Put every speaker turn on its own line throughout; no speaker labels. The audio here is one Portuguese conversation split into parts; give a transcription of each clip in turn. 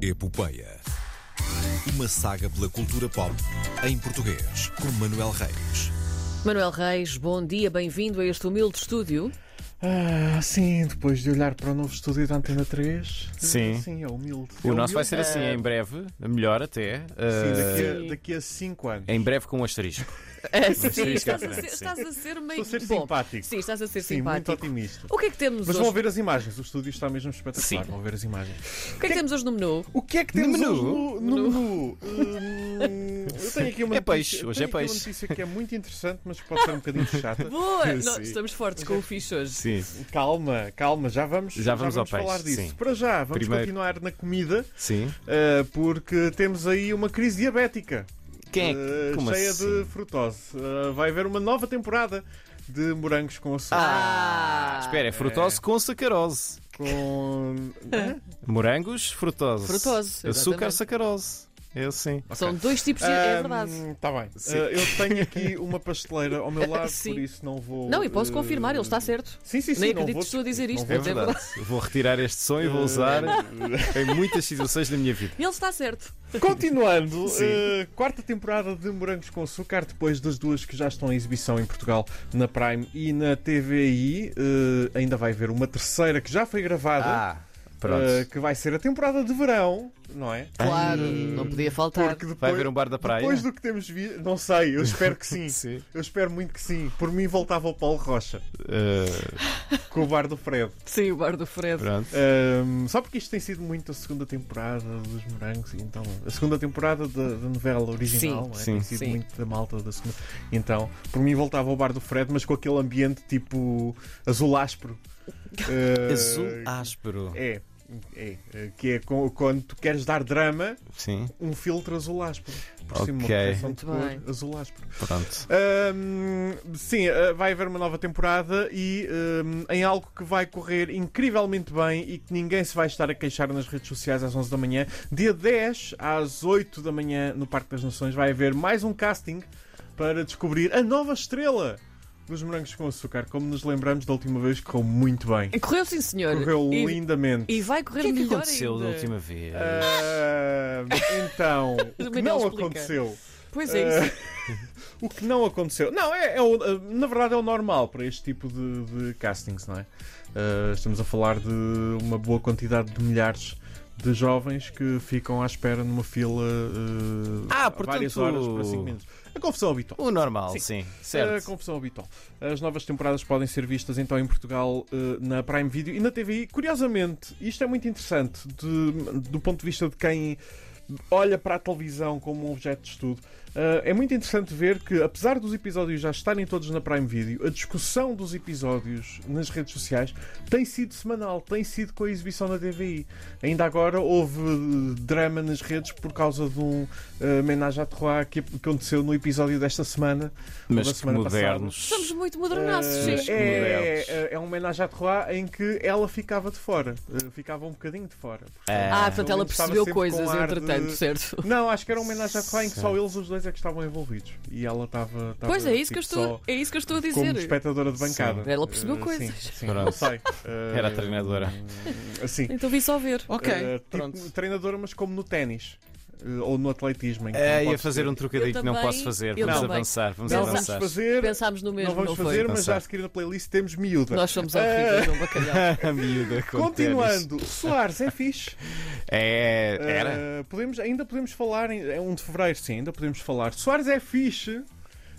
Epopeia. Uma saga pela cultura pop em português, com Manuel Reis.
Manuel Reis, bom dia, bem-vindo a este humilde estúdio.
Ah, sim, depois de olhar para o novo estúdio da Antena 3.
Sim.
Sim, é humilde.
O
É
nosso vai
humilde.
ser assim em breve, melhor até.
Sim,
eh,
daqui a- daqui a 5 anos.
em breve com um asterisco.
sim,
É, sim,
estás a
sim.
ser, estás a ser meio.
Estou a ser
Bom,
simpático.
Sim, estás a ser
Sim, muito
simpático.
otimista.
O que é que temos
Mas vão
hoje?
ver as imagens, o estúdio está mesmo espetacular.
Sim.
Vão ver as imagens.
O que é que temos hoje no menu?
O que é que
No
temos
menu?
hoje no, no menu? Hum, eu tenho aqui uma
É
notícia-
peixe,
eu
hoje
tenho
é
aqui
peixe.
uma notícia que é muito interessante, mas pode ser um bocadinho chata.
Boa!
Sim.
Nós estamos fortes com o fixe hoje.
Sim,
Calma, calma, já vamos,
Já vamos ao peixe,
falar disso.
sim.
Para já, vamos
Primeiro-
continuar na comida,
sim.
ah, porque temos aí uma crise diabética.
Quem é que.
Eh,
Como
cheia
assim?
de frutose. Eh, vai haver uma nova temporada de morangos com açúcar.
Ah, espera, é frutose com sacarose.
Com... Né? Hã?
Morangos, frutose.
Frutose,
Açúcar,
exatamente.
sacarose. É assim.
São dois tipos de. é verdade.
Está bem.
Tá Sim.
Eh, eu tenho aqui uma pasteleira ao meu lado,
Sim.
por isso não vou.
Não, e posso
eh,
confirmar, ele está certo.
Sim, sim, sim.
Nem
não
acredito
vou
que estou a dizer
discutir,
isto,
não
É
Mas é
verdade. Vou retirar este som e vou
Eh,
usar em muitas situações da minha vida.
Ele está certo.
vou- Continuando,
Sim.
eh, quarta temporada de Morangos com Açúcar, depois das duas que já estão em exibição em Portugal na Prime e na TVI, eh, ainda vai haver uma terceira que já foi gravada,
Ah, pronto.
eh, que vai ser a temporada de verão, não é?
Claro,
Ai.
não podia faltar.
Porque
Vai
depois,
haver um bar da praia.
Depois do que temos visto, não sei, eu espero que sim.
Sim.
Eu espero muito que sim. Por mim voltava o Paulo Rocha
Eh,
com o bar do Fred.
Sim, o bar do Fred.
pronto.
Ahm, só porque isto tem sido muito a segunda temporada dos Morangos, e então a segunda temporada da, da novela original
Sim,
não é?
sim,
tem sido
sim.
muito da malta da segunda. Então, por mim voltava ao bar do Fred, mas com aquele ambiente tipo azul áspero. Ah,
Azul áspero.
É, é, é, que é com- quando tu queres dar drama,
Sim,
um filtro azul áspero. Por cima, uma
Ok.
correção
Muito
de cor
bem.
azul áspero.
pronto.
Ahm, sim, ah, vai haver uma nova temporada e ahm, em algo que vai correr incrivelmente bem e que ninguém se vai estar a queixar nas redes sociais às 11 da manhã, dia 10 às 8 da manhã no Parque das Nações vai haver mais um casting para descobrir a nova estrela dos Morangos com Açúcar. Como nos lembramos da última vez, correu muito bem.
Correu sim, senhor.
Correu
e,
lindamente.
e vai
O
correr
que é que
melhor
aconteceu
ainda.
da última vez?
Eh, Ahm, então, o que
Miguel
não
explica.
aconteceu.
Pois é isso.
O que não aconteceu. Não, é, é o- na verdade é o normal para este tipo de, de castings, não é? Uh, estamos a falar de uma boa quantidade de milhares de jovens que ficam à espera numa fila uh,
Ah,
há
portanto,
várias horas para 5 minutos. É A confusão habitual.
O normal, sim.
A
Certo.
confusão habitual. As novas temporadas podem ser vistas então em Portugal eh, na Prime Video e na TVI. Curiosamente, isto é muito interessante de- do ponto de vista de quem olha para a televisão como um objeto de estudo. Eh, é muito interessante ver que, apesar dos episódios já estarem todos na Prime Video, a discussão dos episódios nas redes sociais tem sido semanal, tem sido com a exibição na TVI. Ainda agora houve eh, drama nas redes por causa de um eh, homenagem à Trois que aconteceu no episódio desta semana. da
Mas que
semana
modernos.
Somos muito modernaços,
Eh,
sim.
Mas que
é,
modernos.
é, é uma homenagem à Trois em que ela ficava de fora. Eh, Ficava um bocadinho de fora.
Ah,
Ah,
pelo
portanto ela
menos estava
percebeu
sempre com
coisas,
ar de-
entretanto, certo?
Não, acho que era uma homenagem à Trois em que só
Certo.
eles os dois é que estavam envolvidos. E ela estava. estava,
Pois é isso que eu
tipo,
estou, é isso que eu estou a
Só como
dizer.
espectadora de bancada.
Ela percebeu
Eh, sim,
coisas.
sim,
Pronto.
não sei. Eh,
Era a treinadora.
Assim.
Então vim só ver.
Ok,
Eh, tipo,
pronto.
treinadora, mas como no ténis. eh, Ou no atletismo. em que não
É, ia
podes
fazer
ter-
um trocadilho
Eu
que não
também,
posso fazer.
eu
Vamos
também.
avançar, vamos
Não vamos
avançar.
fazer.
Pensámos no mesmo,
não
não,
vamos
foi?
fazer, mas
Avançar.
já a seguir na playlist temos miúda.
Nós somos
É.
horríveis, João Bacalhau.
A miúda com ténis.
Continuando, Soares é fixe.
É, era.
Eh, podemos, ainda podemos falar, em, é 1 de Fevereiro, sim, ainda podemos falar. Soares é fixe.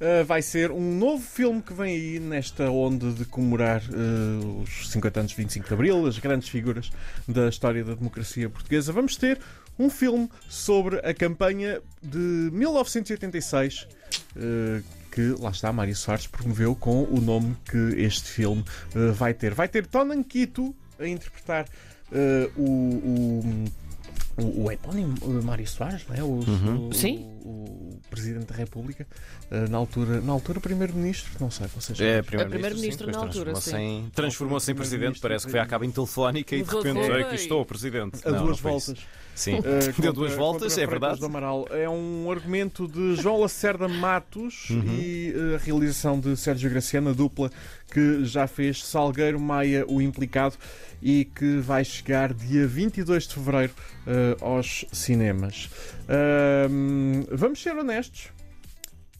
eh, vai ser um novo filme que vem aí nesta onda de comemorar eh, os 50 anos de 25 de Abril, as grandes figuras da história da democracia portuguesa. Vamos ter um filme sobre a campanha de 1986 eh, que, lá está, Mário Soares promoveu com o nome que este filme eh, vai ter. Vai ter Tonan Quito a interpretar eh, o- o o, o epónimo eh, Mário Soares, não é? O, o-
Uhum.
Sim.
o- o Presidente da República, eh, na altura, na altura Primeiro-Ministro, não sei, vocês
É,
sabem.
primeiro-ministro
sim,
na
depois
altura,
transformou-se em- Transformou-se em presidente,
Primeiro-ministro,
parece que foi à cabine telefónica e de
Mudou de
repente,
cor.
"Ei, aqui estou, presidente.
a
Não, não
duas
foi isso.
voltas.
Sim.
Eh, contra-
duas voltas,
contra
é
Freitas
verdade.
do Amaral. É um argumento de João Lacerda Matos
Uhum.
e eh, a realização de Sérgio Graciano, a dupla que já fez Salgueiro Maia, o implicado, e que vai chegar dia 22 de fevereiro eh, aos cinemas. Ahm, vamos ser honestos.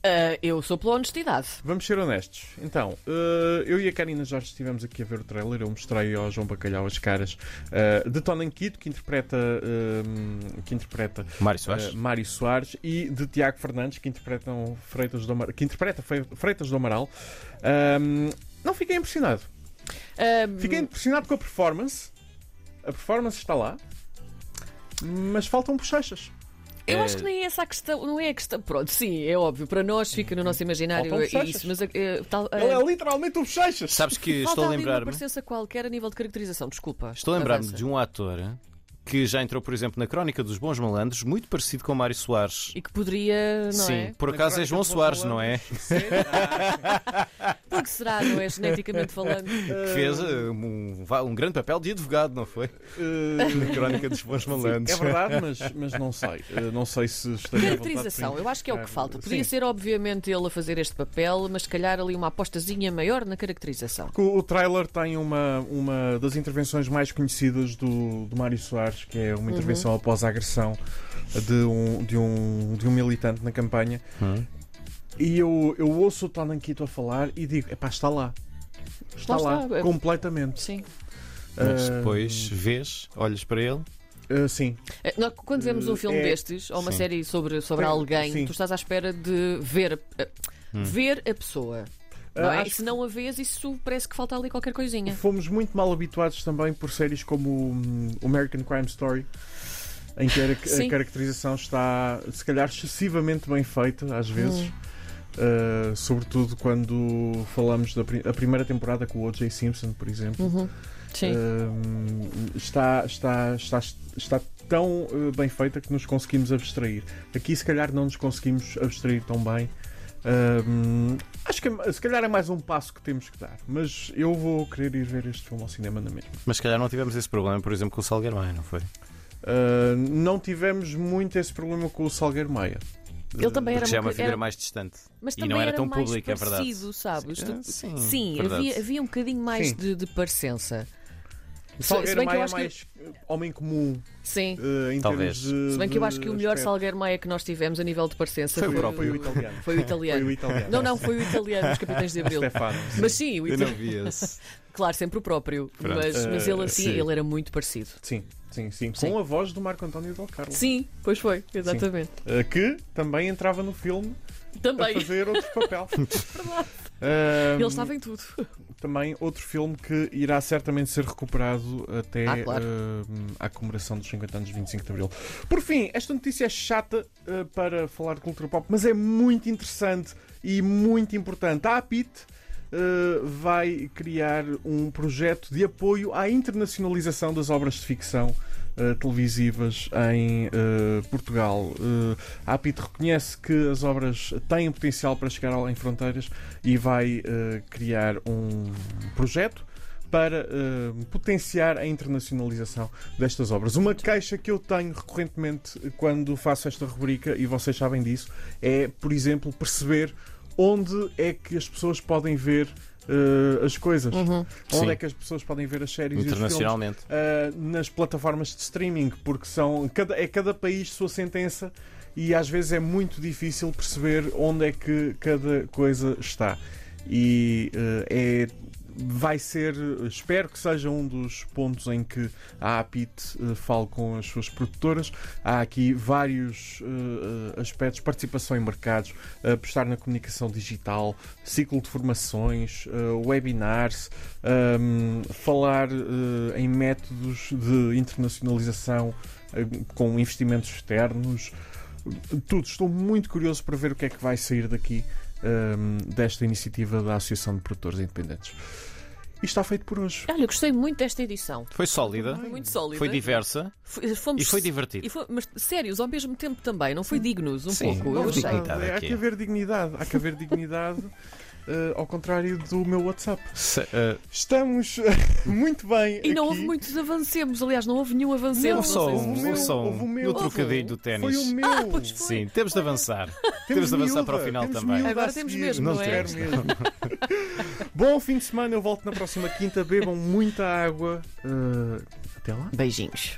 Ah, eu sou pela honestidade.
Vamos ser honestos. Então, eh, eu e a Karina Jorge estivemos aqui a ver o trailer. Eu mostrei ao João Bacalhau as caras eh, de Tonan Quito, que interpreta, eh, que interpreta
Mário
eh, Mário Soares e de Tiago Fernandes, que interpretam Freitas do Amaral, que interpreta Fre- Freitas do Amaral. Ahm, não fiquei impressionado.
Ah,
Fiquei impressionado com a performance. A performance está lá, mas faltam bochechas.
Eu
É-
acho que nem é essa a questão, não é a questão. Pronto, sim, é óbvio, para nós fica no nosso imaginário
Faltam
é
bochechas.
isso, mas eh, tal, eh,
Ele é literalmente o bochechas.
Sabes que
falta
estou a
ali uma
lembrar-me.
presença qualquer a nível de caracterização, desculpa.
Estou a lembrar-me
Avança.
de um ator que já entrou, por exemplo, na Crónica dos Bons Malandros, muito parecido com o Mário Soares.
E que poderia, não
Sim,
é?
por acaso é João Soares, não é?
Porque será, não é? Geneticamente falando.
Que fez eh, um, va- um grande papel de advogado, não foi?
Eh,
Na Crónica dos Bons Malandros.
É verdade, mas, mas não sei. Eh, não sei se estaria à vontade
Caracterização,
para
eu acho que é o que
identificar.
falta. Podia
Sim.
ser, obviamente, ele a fazer este papel, mas se calhar ali uma apostazinha maior na caracterização.
Porque o o trailer tem uma, uma das intervenções mais conhecidas do, do Mário Soares, que
Uhum.
é uma intervenção após a agressão de um, de um, de um militante na campanha.
Hum.
E eu, eu ouço o Tonan Quito a falar e digo: epá, está lá. Está
Lá
lá,
está, é-
completamente.
Sim.
Mas
Ah,
depois vês, olhes para ele.
ah, sim.
É, nós, quando vemos um filme
É,
destes, ou uma
sim.
série sobre, sobre
Tem-
alguém,
sim.
tu estás à espera de ver, eh,
Hum.
ver a pessoa. Não
Ah,
é?
acho
E se não a vês, isso parece que falta ali qualquer coisinha.
Fomos muito mal habituados também por séries como hum, o American Crime Story, em que a, a
Sim.
caracterização está, se calhar, excessivamente bem feita, às vezes. Uh, sobretudo quando falamos da pri- a primeira temporada com o O.J. Simpson, por exemplo. Eh,
Sim.
Um, está, está, está, está tão uh, bem feita que nos conseguimos abstrair. Aqui, se calhar, não nos conseguimos abstrair tão bem. Um, acho que é- se calhar é mais um passo que temos que dar, mas eu vou querer ir ver este filme ao cinema na mesma.
Mas se calhar não tivemos esse problema, por exemplo, com o Salgueiro Maia, não foi?
Uh, não tivemos muito esse problema com o Salgueiro Maia. Eh,
Ele também
Porque
era
já é uma
muito-
figura
era-
mais distante.
Mas
E
também
não era
era,
tão
mais
público, é verdade.
parecido, sabes? Tu-
Sim,
Sim,
verdade.
havia, havia um bocadinho mais
Sim.
de, de parecença.
O
Se-
Salgueiro
se bem que eu
Maia é
acho que-
mais uh, homem comum
Sim.
uh, em
Talvez.
termos de.
Se bem que eu acho que o
de
melhor
aspecto.
Salgueiro Maia que nós tivemos a nível de parecença
Foi o
foi,
próprio.
Foi o italiano.
foi o italiano.
Foi o italiano.
Não, não, foi o italiano, os Capitães de Abril.
Stefano.
Mas sim, o
Eu
italiano.
não vi esse.
Claro, sempre o próprio.
Pronto.
Mas, mas ele
Eh,
assim,
sim.
ele era muito parecido.
Sim, sim, sim. Com
Sim.
a voz do Marco António Del Carlo.
Sim, pois foi, exatamente.
eh, Que também entrava no filme a
Também.
fazer outro papel.
Verdade.
Ahm,
Ele estava em tudo.
Também outro filme que irá certamente ser recuperado até
Ah, claro.
ahm, à comemoração dos 50 anos de 25 de Abril. Por fim, esta notícia é chata eh, para falar de cultura pop, mas é muito interessante e muito importante. A APIT eh, vai criar um projeto de apoio à internacionalização das obras de ficção eh, televisivas em eh, Portugal. Eh, a APIT reconhece que as obras têm potencial para chegar além fronteiras e vai eh, criar um projeto para eh, potenciar a internacionalização destas obras. Uma queixa que eu tenho recorrentemente quando faço esta rubrica, e vocês sabem disso, é, por exemplo, perceber onde é que as pessoas podem ver eh, as coisas. Onde
Sim.
é que as pessoas podem ver as séries e os filmes
Internacionalmente.
eh, nas plataformas de streaming, porque são cada, é cada país sua sentença e às vezes é muito difícil perceber onde é que cada coisa está. E eh, é, vai ser, espero que seja um dos pontos em que a APIT eh, fale com as suas produtoras. Há aqui vários eh, eh, aspectos: participação em mercados, eh, apostar na comunicação digital, ciclo de formações, eh, webinars, um, falar eh, em métodos de internacionalização eh, com investimentos externos, tudo. Estou muito curioso para ver o que é que ehm, vai sair daqui um, desta iniciativa da Associação de Produtores Independentes. E está feito por hoje.
Olha, eu gostei muito desta edição.
Foi sólida,
Foi muito sólida.
foi diversa
F- Fomos...
e foi divertida.
e foi- mas sérios ao mesmo tempo também, não foi dignos um
Sim,
pouco. Eu
houve
achei.
dignidade.
é, Há
aqui.
que haver dignidade. Há que haver dignidade. eh, ao contrário do meu WhatsApp.
Se- eh,
Estamos muito bem.
E não
aqui.
houve muitos avancemos, aliás, não houve nenhum avancemo.
Não, só
sei se-
houve o
um,
meu,
só
houve o
um.
meu.
No
Houve
trocadilho do
Foi o
ténis.
meu.
Ah,
Sim, temos de avançar. Temos de avançar para o final
temos
também.
miúda
Agora
a
temos
seguir.
mesmo,
Não não é?
Quero
temos.
mesmo. Bom fim de semana, eu volto na próxima quinta. Bebam muita água. Eh, até lá.
Beijinhos.